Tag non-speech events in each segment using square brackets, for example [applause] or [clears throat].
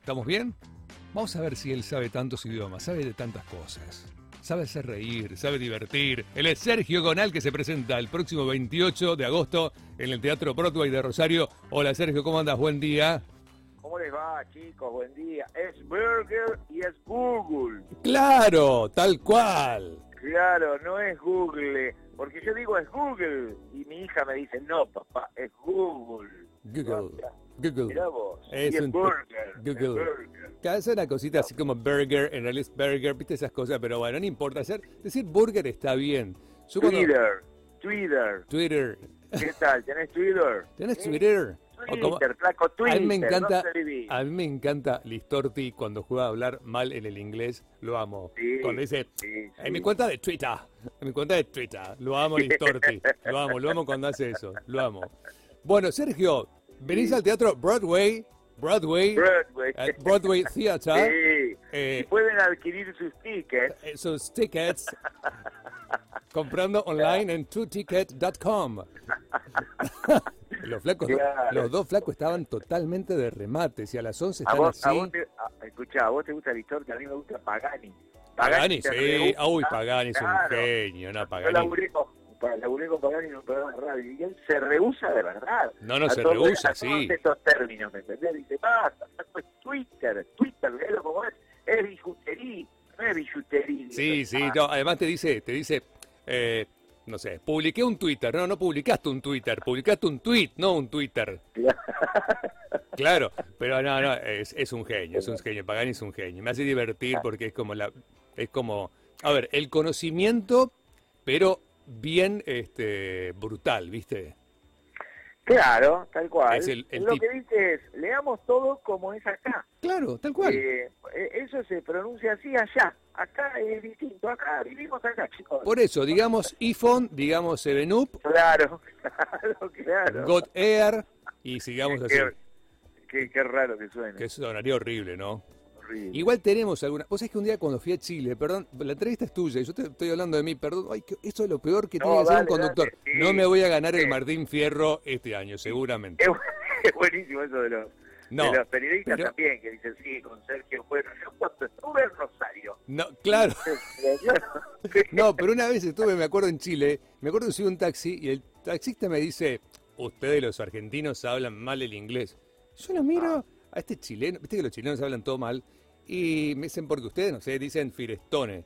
¿Estamos bien? Vamos a ver si él sabe tantos idiomas, sabe de tantas cosas. Sabe hacer reír, sabe divertir. Él es Sergio Gonal que se presenta el próximo 28 de agosto en el Teatro Broadway de Rosario. Hola Sergio, ¿cómo andas? Buen día. ¿Cómo les va, chicos? Buen día. Es Burger y es Google. Claro, tal cual. Claro, no es Google. Porque yo digo es Google y mi hija me dice, no, papá, es Google. Google. O sea, Google. Mirá vos. Es y es un- Burger. Google. es burger. Cada vez una cosita así como burger, en realidad es burger, viste esas cosas, pero bueno, no importa. Hacer, decir burger está bien. Yo cuando- Twitter. Twitter. Twitter. ¿Qué tal? ¿Tenés [laughs] Twitter? ¿Tenés Sí. Twitter? O como- Twitter, flaco, Twitter. a mí me encanta, ¿dónde vivís? a mí me encanta Listorti cuando juega a hablar mal en el inglés, lo amo. Sí, cuando dice, sí, sí. en mi cuenta de Twitter, en mi cuenta de Twitter, lo amo Listorti, [laughs] lo amo, lo amo cuando hace eso, lo amo. Bueno, Sergio, venís al teatro Broadway, Broadway, Broadway. eh, Broadway Theater, Sí. Eh, Y pueden adquirir sus tickets. eh, sus tickets, comprando online en tuticket.com. Los, flacos, Claro. los dos flacos estaban totalmente de remate. Si a las 11 A están vos, así. a vos te, a- escuchá, a vos te gusta el historia, a mí me gusta Pagani. Pagani, te sí. gusta. Ah, Uy, Pagani es un Claro. genio, no, Yo Pagani. laburé con, pa- laburé con Pagani en un programa de radio y él se rehúsa de verdad. No, no, A se todos- rehúsa, a todos sí. estos términos, ¿me entendés? Dice, basta, saco es Twitter, Twitter, léelo como es, es bijutería, no es bijutería. Sí, sí, Ah, no, además te dice, te dice, eh, no sé, publiqué un Twitter. No, no publicaste un Twitter, publicaste un tweet, no un Twitter. Claro, pero no, [laughs] no, es, es un genio, es un genio. Pagani es un genio. Me hace Ah. divertir porque es como la, es como, a ver, el conocimiento, pero bien, este, brutal, ¿viste? Claro, tal cual. Es el- el Lo tipo. que dice es, leamos todo como es acá. Claro, tal cual. Eh, eh, eso se pronuncia así allá. Acá es distinto, acá vivimos acá, chicos. Por e-, eso, digamos iPhone, digamos Seven Up, Claro, [laughs] claro, claro. God Air y sigamos así. qué, qué- qué raro que suene. Que eso sonaría horrible, ¿no? horrible. Igual tenemos alguna. Vos sabés que un día cuando fui a Chile, perdón, la entrevista es tuya, y yo te estoy hablando de mí, perdón. Ay, que eso es lo peor que No, tiene que hacer un dale, conductor. dale, sí, no me voy a ganar el sí. Martín Fierro este año, seguramente. [laughs] Es bu- es buenísimo eso de los, No, de los periodistas pero- también, que dicen, sí, con Sergio, bueno, yo cuando estuve en Rosario. [laughs] No, claro. No, pero una vez estuve, me acuerdo en Chile, me acuerdo que subí un taxi y el taxista me dice, ustedes los argentinos hablan mal el inglés. Yo lo miro a este chileno, viste que los chilenos hablan todo mal, y me dicen, porque ustedes, no sé, dicen firestone.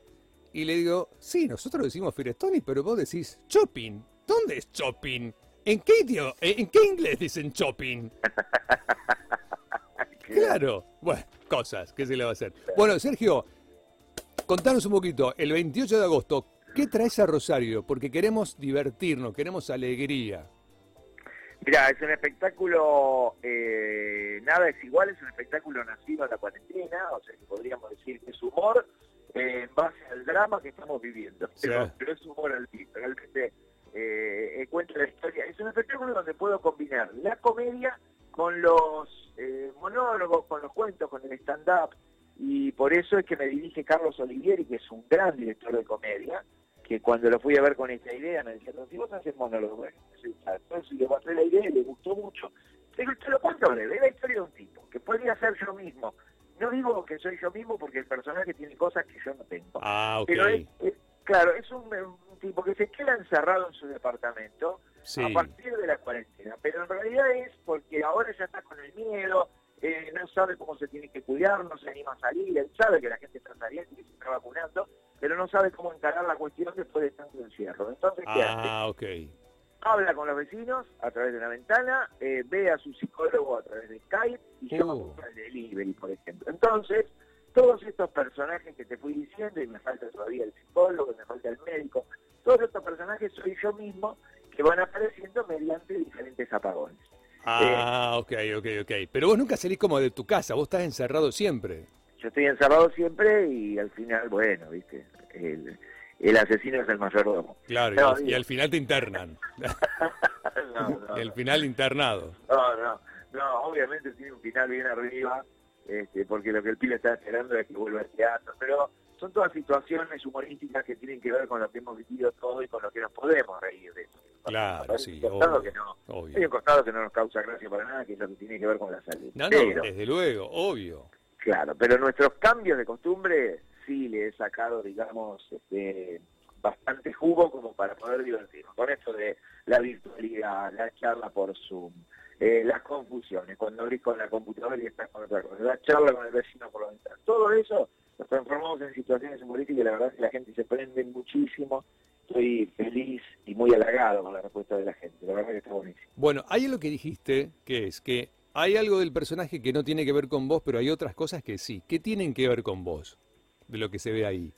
Y le digo, sí, nosotros decimos firestone, pero vos decís shopping. ¿Dónde es shopping? ¿En qué idioma? ¿En qué inglés dicen shopping? [laughs] Claro. Bueno, cosas, ¿qué se le va a hacer? Bueno, Sergio, contanos un poquito, el 28 de agosto, ¿qué traes a Rosario? Porque queremos divertirnos, queremos alegría. Mira, es un espectáculo, eh, nada es igual, es un espectáculo nacido en la cuarentena, o sea que podríamos decir que es humor eh, en base al drama que estamos viviendo, Sí. pero, pero es humor al fin, realmente eh, eh, cuenta la historia. Es un espectáculo donde puedo combinar la comedia con los eh, monólogos, con los cuentos, con el stand-up, y por eso es que me dirige Carlos Olivieri, que es un gran director de comedia, que cuando lo fui a ver con esta idea me dijeron, si vos haces monólogo, ¿eh? Sí, claro. entonces le pasé la idea y le gustó mucho. Le digo, te lo cuento breve, es la historia de un tipo, que podría ser yo mismo. No digo que soy yo mismo porque el personaje tiene cosas que yo no tengo. Ah, ok. Pero es, es- claro, es un, un tipo que se queda encerrado en su departamento Sí. a partir de la cuarentena. Pero en realidad es porque ahora ya está con el miedo, eh, no sabe cómo se tiene que cuidar, no se anima a salir, él sabe que la gente está saliendo y se está vacunando, pero no sabe cómo encarar la cuestión después de tanto encierro. Entonces, ¿qué hace? Eh, Ah, ok. Habla con los vecinos a través de una ventana, eh, ve a su psicólogo a través de Skype y llama Uh. al delivery, por ejemplo. Entonces, todos estos personajes que te fui diciendo, y me falta todavía el psicólogo, y me falta el médico, todos estos personajes soy yo mismo que van apareciendo mediante diferentes apagones. Ah, ok, ok, ok. Pero vos nunca salís como de tu casa, vos estás encerrado siempre. Yo estoy encerrado siempre y al final, bueno, viste, el, el asesino es el mayordomo. Claro, y, No, al, y digo- al final te internan. [laughs] No, no, Y al final internado. No, no, no, obviamente tiene un final bien arriba, este, porque lo que el pibe está esperando es que vuelva al teatro, pero son todas situaciones humorísticas que tienen que ver con lo que hemos vivido todo y con lo que nos podemos reír de eso. Claro, Hay Ah, sí, un costado obvio, que no, obvio. Hay un costado que no nos causa gracia para nada, que es lo que tiene que ver con la salud. No, no, Pero, desde luego, obvio. Claro, pero nuestros cambios de costumbre sí le he sacado, digamos, este, bastante jugo como para poder divertirnos. Con esto de la virtualidad, la charla por Zoom, eh, las confusiones, cuando abrís con la computadora y estás con otra cosa, la charla con el vecino por la ventana. Todo eso nos transformamos en situaciones humorísticas y la verdad es que la gente se prende muchísimo. Estoy feliz y muy halagado con la respuesta de la gente. La verdad es que está buenísimo. Bueno, hay lo que dijiste, que es que hay algo del personaje que no tiene que ver con vos, pero hay otras cosas que sí. ¿Qué tienen que ver con vos? De lo que se ve ahí.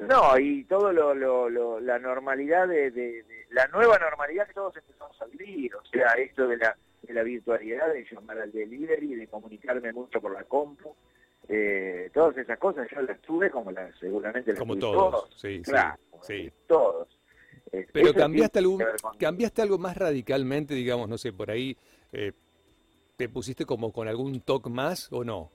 No, y todo lo, lo, lo la normalidad de, de, de, la nueva normalidad que todos empezamos a vivir, o sea, esto de la, de la virtualidad, de llamar al delivery, de comunicarme mucho por la compu, eh, todas esas cosas yo las tuve como las seguramente las Como tuve todos, sí, sí, claro, sí. todos. Eh, Pero eso cambiaste, tiene algún, que ver con- cambiaste algo más radicalmente, digamos, no sé, por ahí eh, te pusiste como con algún toque más o no.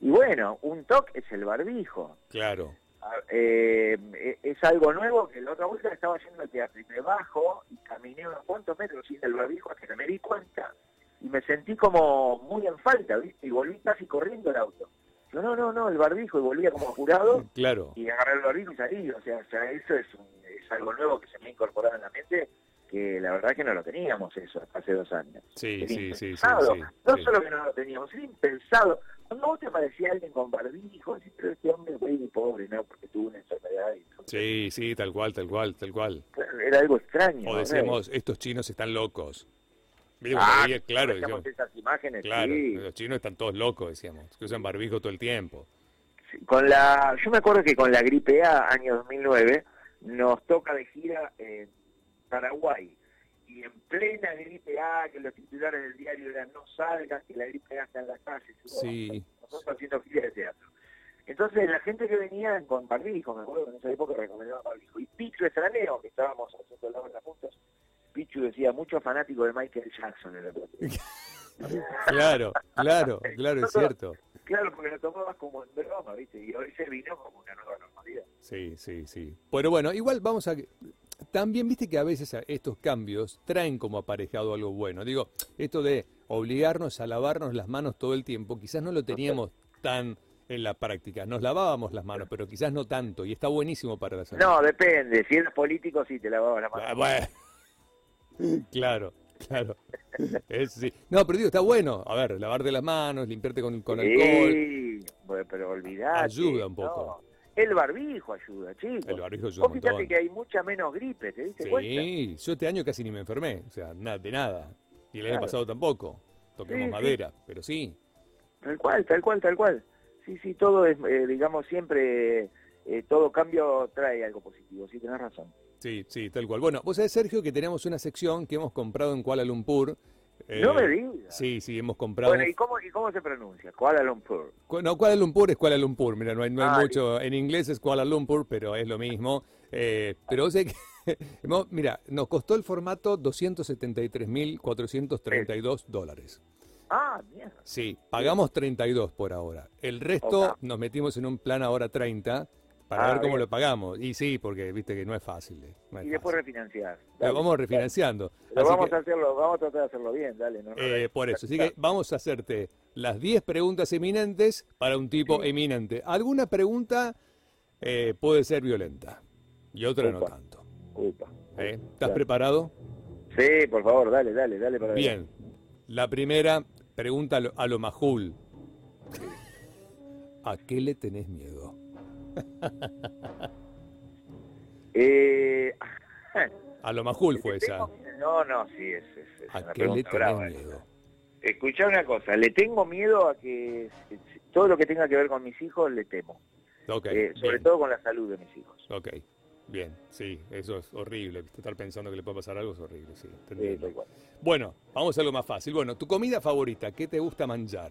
Y bueno, un toque es el barbijo. Claro. A- eh, e- es algo nuevo que la otra vuelta estaba yendo al teatro y me bajo y caminé unos cuantos metros sin el barbijo hasta que me di cuenta y me sentí como muy en falta, ¿viste? Y volví casi corriendo el auto. Yo, no, no, no, el barbijo y volvía como apurado Claro. y agarré el barbijo y salí. O sea, o sea, eso es, un- es algo nuevo que se me ha incorporado en la mente que la verdad que no lo teníamos eso hasta hace dos años. Sí, Era sí, sí, sí, impensado. sí, No sí. solo que no lo teníamos, era impensado. Cuando vos te aparecía alguien con barbijo, decís, pero este hombre fue muy pobre, ¿no? Porque tuvo una enfermedad. Y todo. Sí, sí, tal cual, tal cual, tal cual. Era algo extraño. O ¿no? decíamos, estos chinos están locos. Viste, Ah, cuando había- claro, hacíamos decíamos, esas imágenes, claro, sí. los chinos están todos locos, decíamos, que usan barbijo todo el tiempo. Sí, Con la, yo me acuerdo que con la gripe A, año 2009, nos toca de gira en Paraguay. Y en plena gripe A, que los titulares del diario eran no salgas, que la gripe A está en las calles. Y, Sí. nosotros haciendo giras de teatro. Entonces la gente que venía con barbijo, me acuerdo que en esa época recomendaba barbijo. Y Pichu Estraneo, que estábamos haciendo el lado de las puntas, Pichu decía, mucho fanático de Michael Jackson en la platea. Claro, claro, claro, es cierto. Claro, porque lo tomabas como en broma, ¿viste? Y hoy se vino como una nueva normalidad. Sí, sí, sí. Pero bueno, igual vamos a... También viste que a veces a- estos cambios traen como aparejado algo bueno. Digo, esto de obligarnos a lavarnos las manos todo el tiempo, quizás no lo teníamos tan en la práctica. Nos lavábamos las manos, pero quizás no tanto. Y está buenísimo para la salud. No, depende. Si eras político, sí te lavabas la mano. Ah, bueno. [laughs] Claro, claro. Es- sí. No, pero digo, está bueno. A ver, lavarte las manos, limpiarte con, con alcohol. Sí, bueno, pero olvidate. Ayuda un poco. no. El barbijo ayuda, chicos. El barbijo ayuda Vos un fíjate montón. que hay mucha menos gripe, ¿te diste cuenta? Sí, yo este año casi ni me enfermé. O sea, nada, de nada. Y el año Claro. pasado tampoco. Toquemos Sí, sí. madera, pero sí. Tal cual, tal cual, tal cual. Sí, sí, todo es, eh, digamos, siempre, eh, todo cambio trae algo positivo, sí, tenés razón. Sí, sí, tal cual. Bueno, vos sabés, Sergio, que tenemos una sección que hemos comprado en Kuala Lumpur. no Eh, me digas. Sí, sí, hemos comprado. bueno, ¿y cómo, ¿y cómo se pronuncia? Kuala Lumpur. Cu- No, Kuala Lumpur es Kuala Lumpur, mira, no hay, no hay Ah, mucho. En inglés es Kuala Lumpur, pero es lo mismo. Eh, pero sé que. [laughs] hemos- mira, nos costó el formato 273.432 dólares. Ah, mierda. Sí, pagamos 32 por ahora. El resto Opa. nos metimos en un plan ahora 30 para Ah, ver cómo bien. lo pagamos. Y sí, porque viste que no es fácil. eh, no es Y después fácil. refinanciar. Lo vamos refinanciando. Pero Así vamos que, a hacerlo, vamos a tratar de hacerlo bien, dale. No, no, eh, dale. por eso. Así [laughs] que vamos a hacerte las 10 preguntas eminentes para un tipo eminente. Alguna pregunta eh, puede ser violenta y otra no Upa. tanto. Upa. ¿eh? ¿Estás Claro. preparado? Sí, por favor, dale, dale, dale para Bien. La primera pregunta a lo, a lo majul. ¿A qué le tenés miedo? Eh, A lo majul fue ¿le esa. tengo- No, no, sí, es, es, es ¿A una qué le pregunta tenés brava. miedo? Escuchá una cosa, le tengo miedo a que s- s- todo lo que tenga que ver con mis hijos le temo. Ok, Eh, sobre bien. todo con la salud de mis hijos. Ok, bien. Sí, eso es horrible. ¿viste? Estar pensando que le puede pasar algo es horrible, sí. te Sí, entiendo. Eh, tal cual. Bueno, vamos a lo más fácil. Bueno, tu comida favorita, ¿qué te gusta manjar?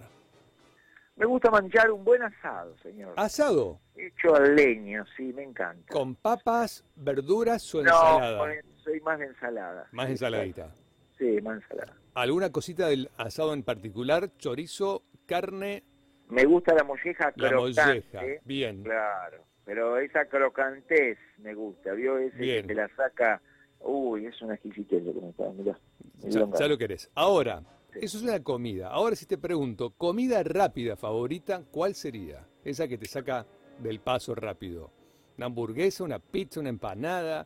Me gusta manchar un buen asado, señor. Asado, Hecho al leño, sí, me encanta. Ah. con papas, verduras o no, ensalada. con- este. soy más de ensalada. Más Sí, ensaladita. Sí, más ensalada. ¿Alguna cosita del asado en particular? Chorizo, carne, Me gusta la molleja la crocante. molleja. Bien. Claro, pero esa crocantez me gusta, ¿vio? Ese Bien. que te la saca, uy, es una exquisitez lo que me está, mirá. Ya, Milonga. ya lo querés. Ahora, Exactamente. Eso es una comida. Ahora si te pregunto, comida rápida favorita, ¿cuál sería? Esa que te saca del paso rápido. ¿Una hamburguesa, una pizza, una empanada?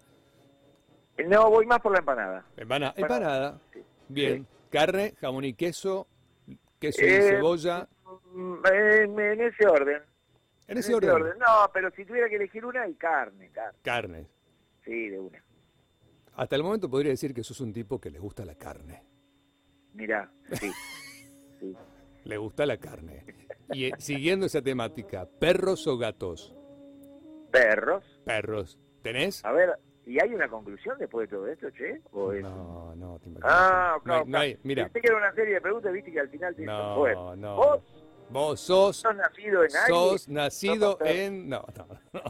No, voy más por la empanada. Empana- Empanada, empanada. sí. Bien. Sí. Carne, jamón y queso, queso y Eh, cebolla. Mm, En, en ese orden. En ese orden. No, pero si tuviera que elegir una, y carne, carne. Carne. Sí, de una. Hasta el momento podría decir que sos un tipo que le gusta la carne. Mirá, [laughs] sí. sí. Le gusta la carne. Y eh, siguiendo esa temática, perros o gatos. Perros. Perros. ¿Tenés? A ver, ¿y hay una conclusión después de todo esto, che? ¿O es- No, no, te imaginas. Ah, No hay- claro. no hay- mira, Pensé que era una serie de preguntas, viste que al final te dicen, No, bueno, no. vos vos sos, sos nacido en sos Aries. nacido sos- en. No, no, no.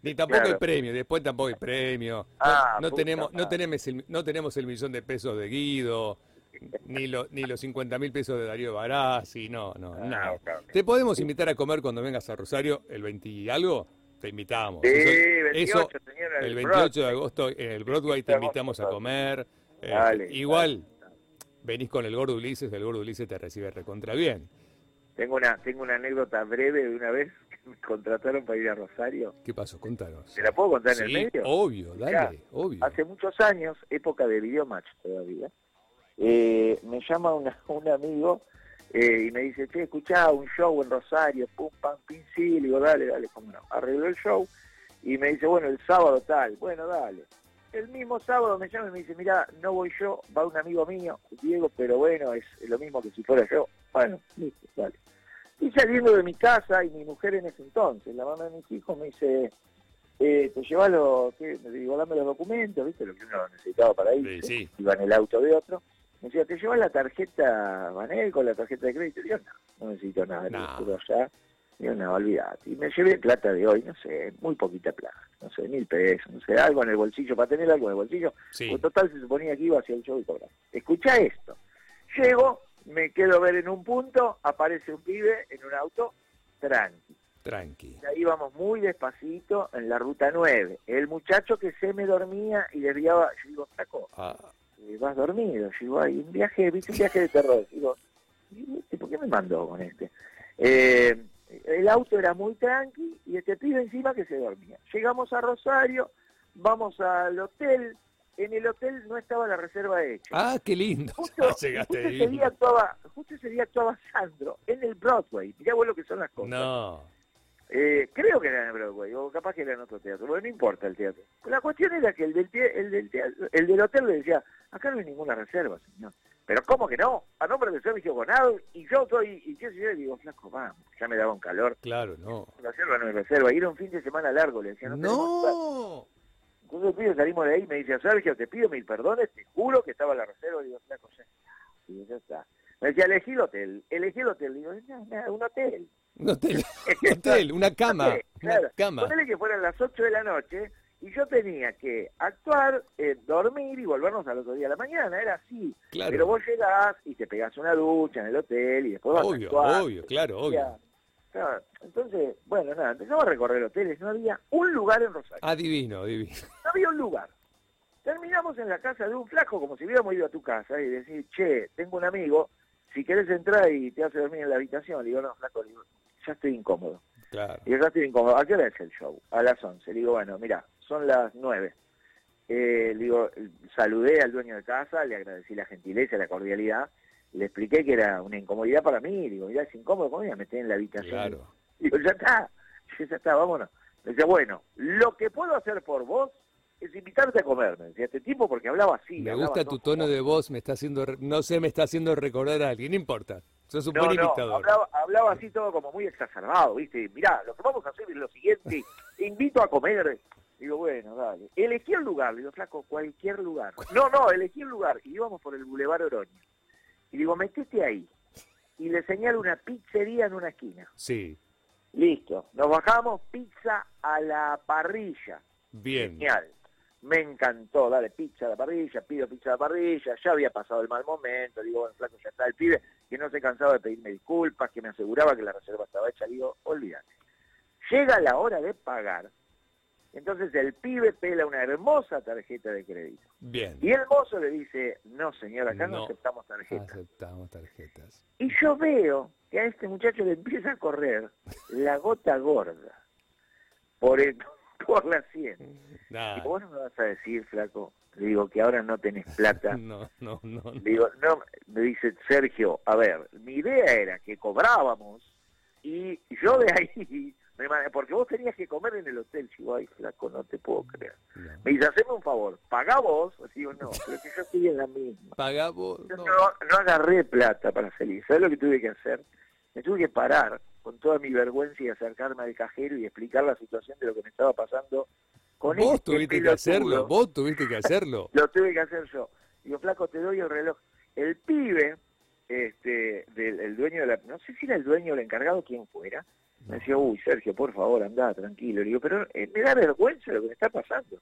Ni tampoco Claro. hay premio, después tampoco hay premio. No- Ah, no, puta tenemos, no, madre. tenemos el, no tenemos el millón de pesos de Guido, ni, lo- ni los 50 mil pesos de Darío Barassi, no, no, Ah, nada. ok, ok. Te podemos invitar a comer cuando vengas a Rosario el 20 y algo. Te invitamos. Sí, Eso- 28, señora, el el 28 de agosto en el Broadway te de agosto, invitamos a claro. comer. Eh, Dale, igual, venís con el gordo Ulises, el gordo Ulises te recibe recontra bien. Tengo una, tengo una anécdota breve de una vez [laughs] que me contrataron para ir a Rosario. ¿Qué pasó? Contanos. ¿Te la puedo contar en Sí, el medio? obvio, dale, Mirá, obvio. Hace muchos años, época de Videomatch todavía, eh, me llama una- un amigo eh, y me dice, che, escuchá, un show en Rosario, pum, pam, pin, sí. Le digo, dale, dale, cómo no. Arregló el show y me dice, bueno, el sábado tal, bueno, dale. El mismo sábado me llama y me dice, mirá, no voy yo, va un amigo mío, Diego, pero bueno, es lo mismo que si fuera yo. Bueno, listo, dale. Y saliendo de mi casa y mi mujer en ese entonces, la mamá de mis hijos me dice, eh, te llevas los, ¿qué? Me digo, dame los documentos, ¿viste? Lo que uno necesitaba para ir. Sí, sí. Iba en el auto de otro. Me decía, ¿te llevas la tarjeta Baneco, la tarjeta de crédito? Digo, no, no necesito nada, No. no. allá. Digo, no, olvidate. Y me llevé plata de hoy, no sé, muy poquita plata, no sé, mil pesos, no sé, algo en el bolsillo, para tener algo en el bolsillo. Sí, Porque total se suponía que iba hacia el show y cobrar. Escucha esto. Llego, me quedo a ver en un punto, aparece un pibe en un auto, tranqui. tranqui. Ya íbamos muy despacito en la ruta 9. El muchacho que se me dormía y desviaba, yo digo, Taco, Ah, eh, vas dormido. Yo digo, hay un viaje, viste un viaje de terror. Digo, "¿Y este ¿por qué me mandó con este? Eh, el auto era muy tranqui y este pibe encima que se dormía. Llegamos a Rosario, vamos al hotel. En el hotel no estaba la reserva hecha. ah, qué lindo. Justo, [laughs] justo Llegaste ese día divino. actuaba, justo ese día actuaba Sandro en el Broadway. Mirá vos lo que son las cosas. No, Eh, creo que era en el Broadway, o capaz que era en otro teatro. Bueno, no importa el teatro. La cuestión era que el del, te- el del, teatro- el del hotel le decía, acá no hay ninguna reserva, señor. Pero ¿cómo que no? A nombre de Sergio Bonado, y yo soy, y qué sé yo, y digo, flaco, vamos, ya me daba un calor. claro, no. Reserva no hay reserva, y era un fin de semana largo, le decía, no, tenemos lugar". No. Entonces pido, salimos de ahí, me dice, Sergio, te pido mil perdones, te juro que estaba en la reserva, Le digo, flaco, ya está, Digo, ya está. Me decía, elegí el hotel, elegí el hotel, digo, no, no, un hotel. Un [laughs] hotel, un hotel, una cama, Sí, una claro. cama. Ponele que fueran las 8 de la noche y yo tenía que actuar, eh, dormir y volvernos al otro día a la mañana, era así. Pero Claro, vos llegás y te pegás una ducha en el hotel y después vas obvio, a actuar. obvio, claro, obvio. Ya. Claro. Entonces, bueno, nada, empezamos a recorrer hoteles, no había un lugar en Rosario, Ah, divino, divino. [laughs] no había un lugar. Terminamos en la casa de un flaco, como si hubiéramos ido a tu casa, y decir, che, tengo un amigo, si querés entrar y te hace dormir en la habitación, le digo, no, flaco, le digo, ya estoy incómodo. Claro. Y acá estoy incómodo. ¿A qué hora es el show? A las 11. Le digo, bueno, mira, son las 9. Eh, le digo, saludé al dueño de casa, le agradecí la gentileza, la cordialidad. Le expliqué que era una incomodidad para mí. Le digo, mira, es incómodo conmigo, me tienen en la habitación. Claro. Le Digo, ya está, ya está, vámonos. Me decía, bueno, lo que puedo hacer por vos es invitarte a comer. Me decía este tipo porque hablaba así. Me hablaba gusta no tu como- tono de voz, me está haciendo, re- no sé, me está haciendo recordar a alguien, no importa. Sos un No, buen no, imitador. hablaba, hablaba así todo como muy exacerbado, ¿viste? Mirá, lo que vamos a hacer es lo [laughs] siguiente, te invito a comer. Digo, bueno, dale. Elegí el lugar, le digo, flaco, cualquier lugar. No, no, elegí el lugar. Y íbamos por el Boulevard Oroño. Y digo, metete ahí. Y le señalo una pizzería en una esquina. Sí, Listo. Nos bajamos, pizza a la parrilla. bien. Genial. Me encantó, dale pizza a la parrilla, pido pizza a la parrilla, ya había pasado el mal momento, digo, bueno, flaco, ya está el pibe, que no se cansaba de pedirme disculpas, que me aseguraba que la reserva estaba hecha, digo, olvídate. Llega la hora de pagar Entonces el pibe pela una hermosa tarjeta de crédito. Bien. Y el mozo le dice, no señor, acá no, No. Ah, aceptamos tarjetas. Aceptamos tarjetas. Y yo veo que a este muchacho le empieza a correr la gota gorda por, el, [laughs] por la sien. Y Nah, vos no me vas a decir, flaco, le digo que ahora [laughs] no tenés plata. no, no, no. no. Le digo, no, me dice Sergio, a ver, mi idea era que cobrábamos y yo de ahí, [laughs] me mane- porque vos tenías que comer en el hotel, chico, ay, flaco, no te puedo creer. no. Me dice, haceme un favor, pagá vos. [laughs] Le digo, no, pero que yo estoy en la misma. Pagá vos, Yo no. no, no agarré plata para salir. ¿Sabes lo que tuve que hacer? Me tuve que parar con toda mi vergüenza y acercarme al cajero y explicar la situación de lo que me estaba pasando con Vos este tuviste que pelotudo. hacerlo, vos tuviste que hacerlo. Lo tuve que hacer yo. Digo, flaco, te doy el reloj. El pibe, este, del el dueño de la... No sé si era el dueño o el encargado, quién fuera. Me decía, uy, Sergio, por favor, andá, tranquilo. Le digo, pero eh, me da vergüenza lo que me está pasando.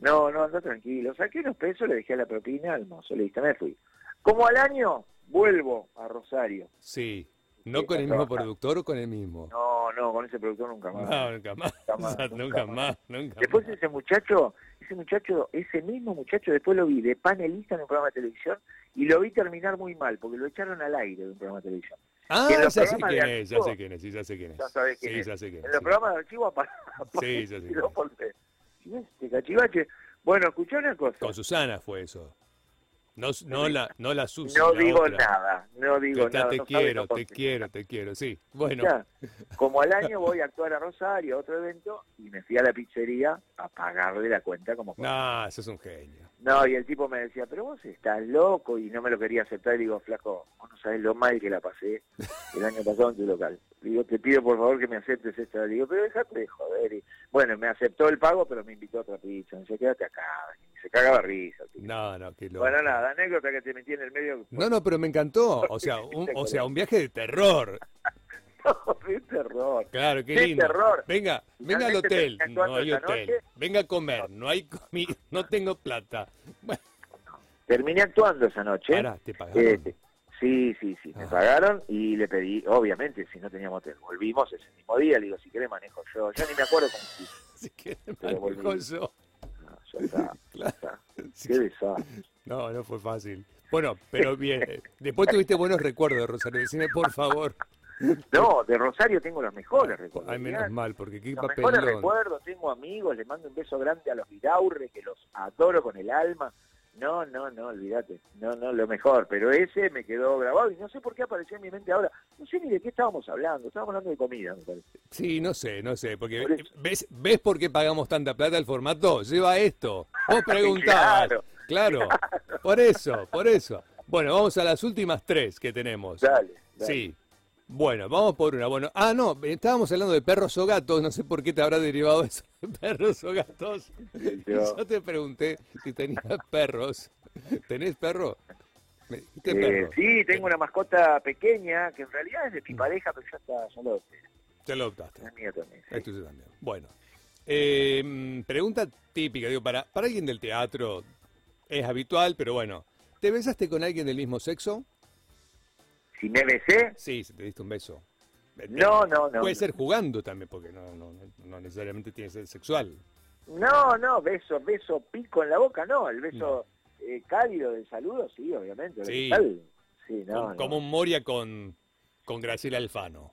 No, no, andá tranquilo. Saqué unos pesos, le dejé la propina al mozo, listo, me fui. Como al año, vuelvo a Rosario. Sí. ¿No Sí, con a el mismo trabajar. productor o con el mismo? No, no, con ese productor nunca más. No, nunca más. Nunca más, O sea, [laughs] [laughs] nunca Nunca más. más, nunca Después más. ese muchacho, ese muchacho, ese mismo muchacho, después lo vi de panelista en un programa de televisión y lo vi terminar muy mal, porque lo echaron al aire de un programa de televisión. Ah, y en los ya sé programas quién de es, ya archivo- sé quién es, sí, ya sé quién es. Ya sabés quién sí, es. ya sé quién En es. los sí. programas de archivo aparece [laughs] Sí, ya sé y quién lo es. volvé. ¿Quién es este cachivache? Bueno, escuchá una cosa. Con Susana fue eso. No, no la, no la Susi, No la digo otra. nada, no digo Ya nada. te no sabe, quiero, no te conté. quiero, te quiero, sí. Bueno, [laughs] Ya, como al año voy a actuar a Rosario, a otro evento, y me fui a la pizzería a pagarle la cuenta como nah, sos un genio. No, y el tipo me decía, pero vos estás loco y no me lo quería aceptar. Y digo, flaco, vos no sabés lo mal que la pasé el año pasado en tu local. Le Digo, te pido por favor que me aceptes esta. Le Digo, pero déjate de joder. Y, bueno, me aceptó el pago, pero me invitó a otra pizza. Me decía, quédate acá. Y se cagaba risa. el tipo. No, no, qué loco. bueno, nada, anécdota que te metí en el medio. No, no, pero me encantó. O sea, un, o sea, un viaje de terror. [laughs] qué terror. Claro, qué Qué lindo. terror. Venga, venga al Finalmente hotel. terminé No hay actuando esa hotel. noche. Venga a comer. No hay comida. No tengo plata. Bueno, Terminé actuando esa noche. pará, te pagaron. Este, sí, sí, sí, me Ah. pagaron y le pedí, obviamente, si no teníamos hotel, volvimos ese mismo día, le digo, si querés manejo yo, yo ni me acuerdo cómo se hizo. [laughs] Si quieres, Pero volví. manejo yo. No, [laughs] ya está, ya está. Si Qué desastre. No, no fue fácil. Bueno, pero bien. Después tuviste buenos recuerdos de Rosario. Decime, por favor. No, de Rosario tengo los mejores recuerdos. Ay, menos Mirá, mal, porque qué los mejores papelón. recuerdos, tengo amigos, les mando un beso grande a los Vidaurre, que los adoro con el alma. No, no, no, olvídate. No, no, lo mejor. Pero ese me quedó grabado y no sé por qué apareció en mi mente ahora. No sé ni de qué estábamos hablando. Estábamos hablando de comida, me parece. Sí, no sé, no sé. Porque Por eso. ¿ves, ¿ves por qué pagamos tanta plata el formato? Lleva esto. [laughs] Vos preguntabas. Claro. Claro. Por eso, por eso. Bueno, vamos a las últimas tres que tenemos. Dale, dale. Sí. Bueno, vamos por una. Bueno, ah, no, estábamos hablando de perros o gatos. No sé por qué te habrá derivado eso de [laughs] perros o gatos. Y yo- [laughs] yo te pregunté si tenías [laughs] perros. ¿Tenés perro? Me dijiste Eh, perro. sí, tengo una mascota pequeña que en realidad es de Mm. mi pareja, pero ya está, ya lo adopté. Te lo optaste. Es mía también. sí. Es tuyo también. Bueno. Eh, mm, pregunta típica, digo, para, para alguien del teatro es habitual, pero bueno. ¿Te besaste con alguien del mismo sexo? Si me besé, Sí, se te diste un beso. no, no, no. eh, Puede ser jugando también, porque no, no, no necesariamente tiene que ser sexual. No, no, beso, beso pico en la boca, no. El beso eh, cálido del saludo, sí, obviamente. Sí. tal? Sí, no, Como- no. Como un Moria con, con Graciela Alfano.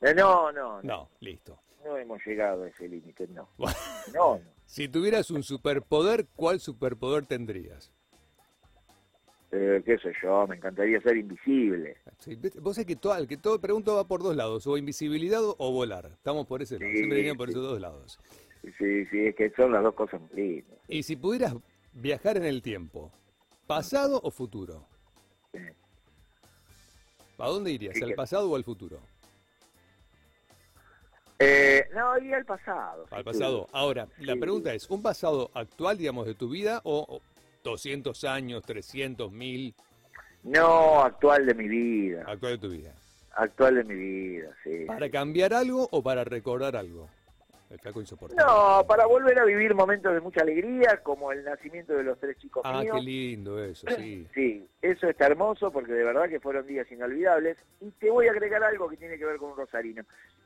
Eh, no, no, no, No, listo. no hemos llegado a ese límite, no. [laughs] Bueno. No, no. Si tuvieras un superpoder, ¿cuál superpoder tendrías? Eh, qué sé yo, me encantaría ser invisible. Sí, ves- vos sabés que todo, que todo pregunto va por dos lados, o invisibilidad o volar. Estamos por ese lado, Sí, siempre venían por sí. esos dos lados. Sí, sí, es que son las dos cosas muy lindas. Y si pudieras viajar en el tiempo, pasado o futuro, ¿a dónde irías? Sí, ¿Al que- pasado o al futuro? Eh, no, iría al pasado. Al sí, pasado. Ahora, la Sí. pregunta es, ¿un pasado actual, digamos, de tu vida o o 200 años, 300, 1000, No, actual de mi vida. actual de tu vida? Actual de mi vida, sí. ¿Para cambiar algo o para recordar algo? El flaco insoportable. No, para volver a vivir momentos de mucha alegría, como el nacimiento de los tres chicos Ah, míos. qué lindo eso, [clears throat] sí. Sí, eso está hermoso porque de verdad que fueron días inolvidables. Y te voy a agregar algo que tiene que ver con un rosarino.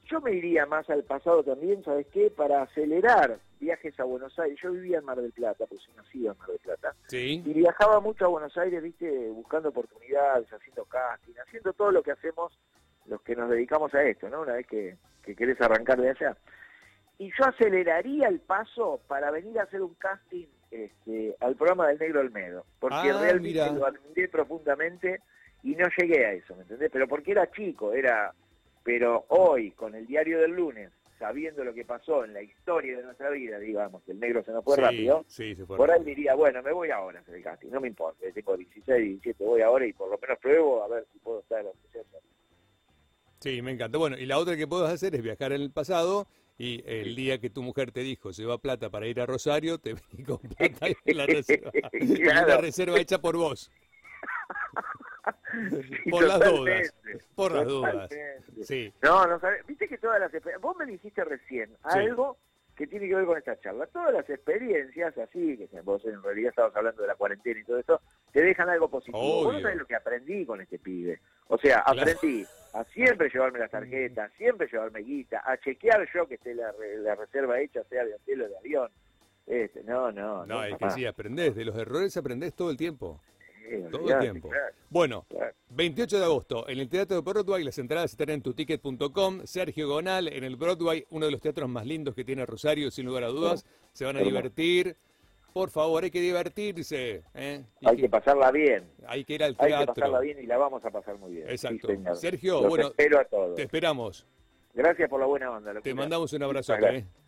Yo me iría más al pasado también, ¿sabes qué? Para acelerar viajes a Buenos Aires. Yo vivía en Mar del Plata, pues soy nacido en Mar del Plata. Sí. Y viajaba mucho a Buenos Aires, viste, buscando oportunidades, haciendo casting, haciendo todo lo que hacemos los que nos dedicamos a esto, ¿no? Una vez que, que querés arrancar de allá. Y yo aceleraría el paso para venir a hacer un casting este, al programa del Negro Olmedo, porque Ah, realmente mirá. lo admiré profundamente y no llegué a eso, ¿me entendés? Pero porque era chico, era... Pero hoy, con el diario del lunes, sabiendo lo que pasó en la historia de nuestra vida, digamos, el negro se nos fue sí, rápido, Sí, se fue por ahí rápido. diría, bueno, me voy ahora a hacer el casting, no me importa, tengo 16, 17, voy ahora y por lo menos pruebo a ver si puedo estar aunque sea cerca. Sí, me encanta. Bueno, y la otra que puedes hacer es viajar en el pasado y el día que tu mujer te dijo se va plata para ir a Rosario, te [laughs] vení con plata y [laughs] la reserva. [laughs] y una Claro. reserva hecha por vos. Por las dudas. Totalmente, Por las dudas. totalmente. Sí. No, no sabés, viste que todas las experiencias, vos me dijiste recién algo que tiene que ver con esta charla, todas las experiencias así, que vos en realidad estabas hablando de la cuarentena y todo eso, te dejan algo positivo. Vos no Obvio. sabés lo que aprendí con este pibe. O sea, Claro. aprendí a siempre llevarme las tarjetas, siempre llevarme guita, a chequear yo que esté la, re- la reserva hecha, sea de hotel o de avión. Este, no, no, No, es que jamás. sí, aprendés. De los errores aprendés todo el tiempo. Sí, Todo el olvidate, tiempo. claro, Bueno, claro. 28 de agosto, en el Teatro de Broadway, las entradas están en tuticket.com. Sergio Gonal, en el Broadway, uno de los teatros más lindos que tiene Rosario, sin lugar a [laughs] dudas. Se van a Hermoso. divertir. Por favor, hay que divertirse. ¿eh? Y Hay que pasarla bien. hay que ir al Hay que teatro. pasarla bien y la vamos a pasar muy bien. Sí, Exacto. señor. Sergio, Los bueno, espero a todos. Te esperamos. Gracias por la buena onda. Te locura. mandamos un abrazo. Muchas gracias. ¿eh?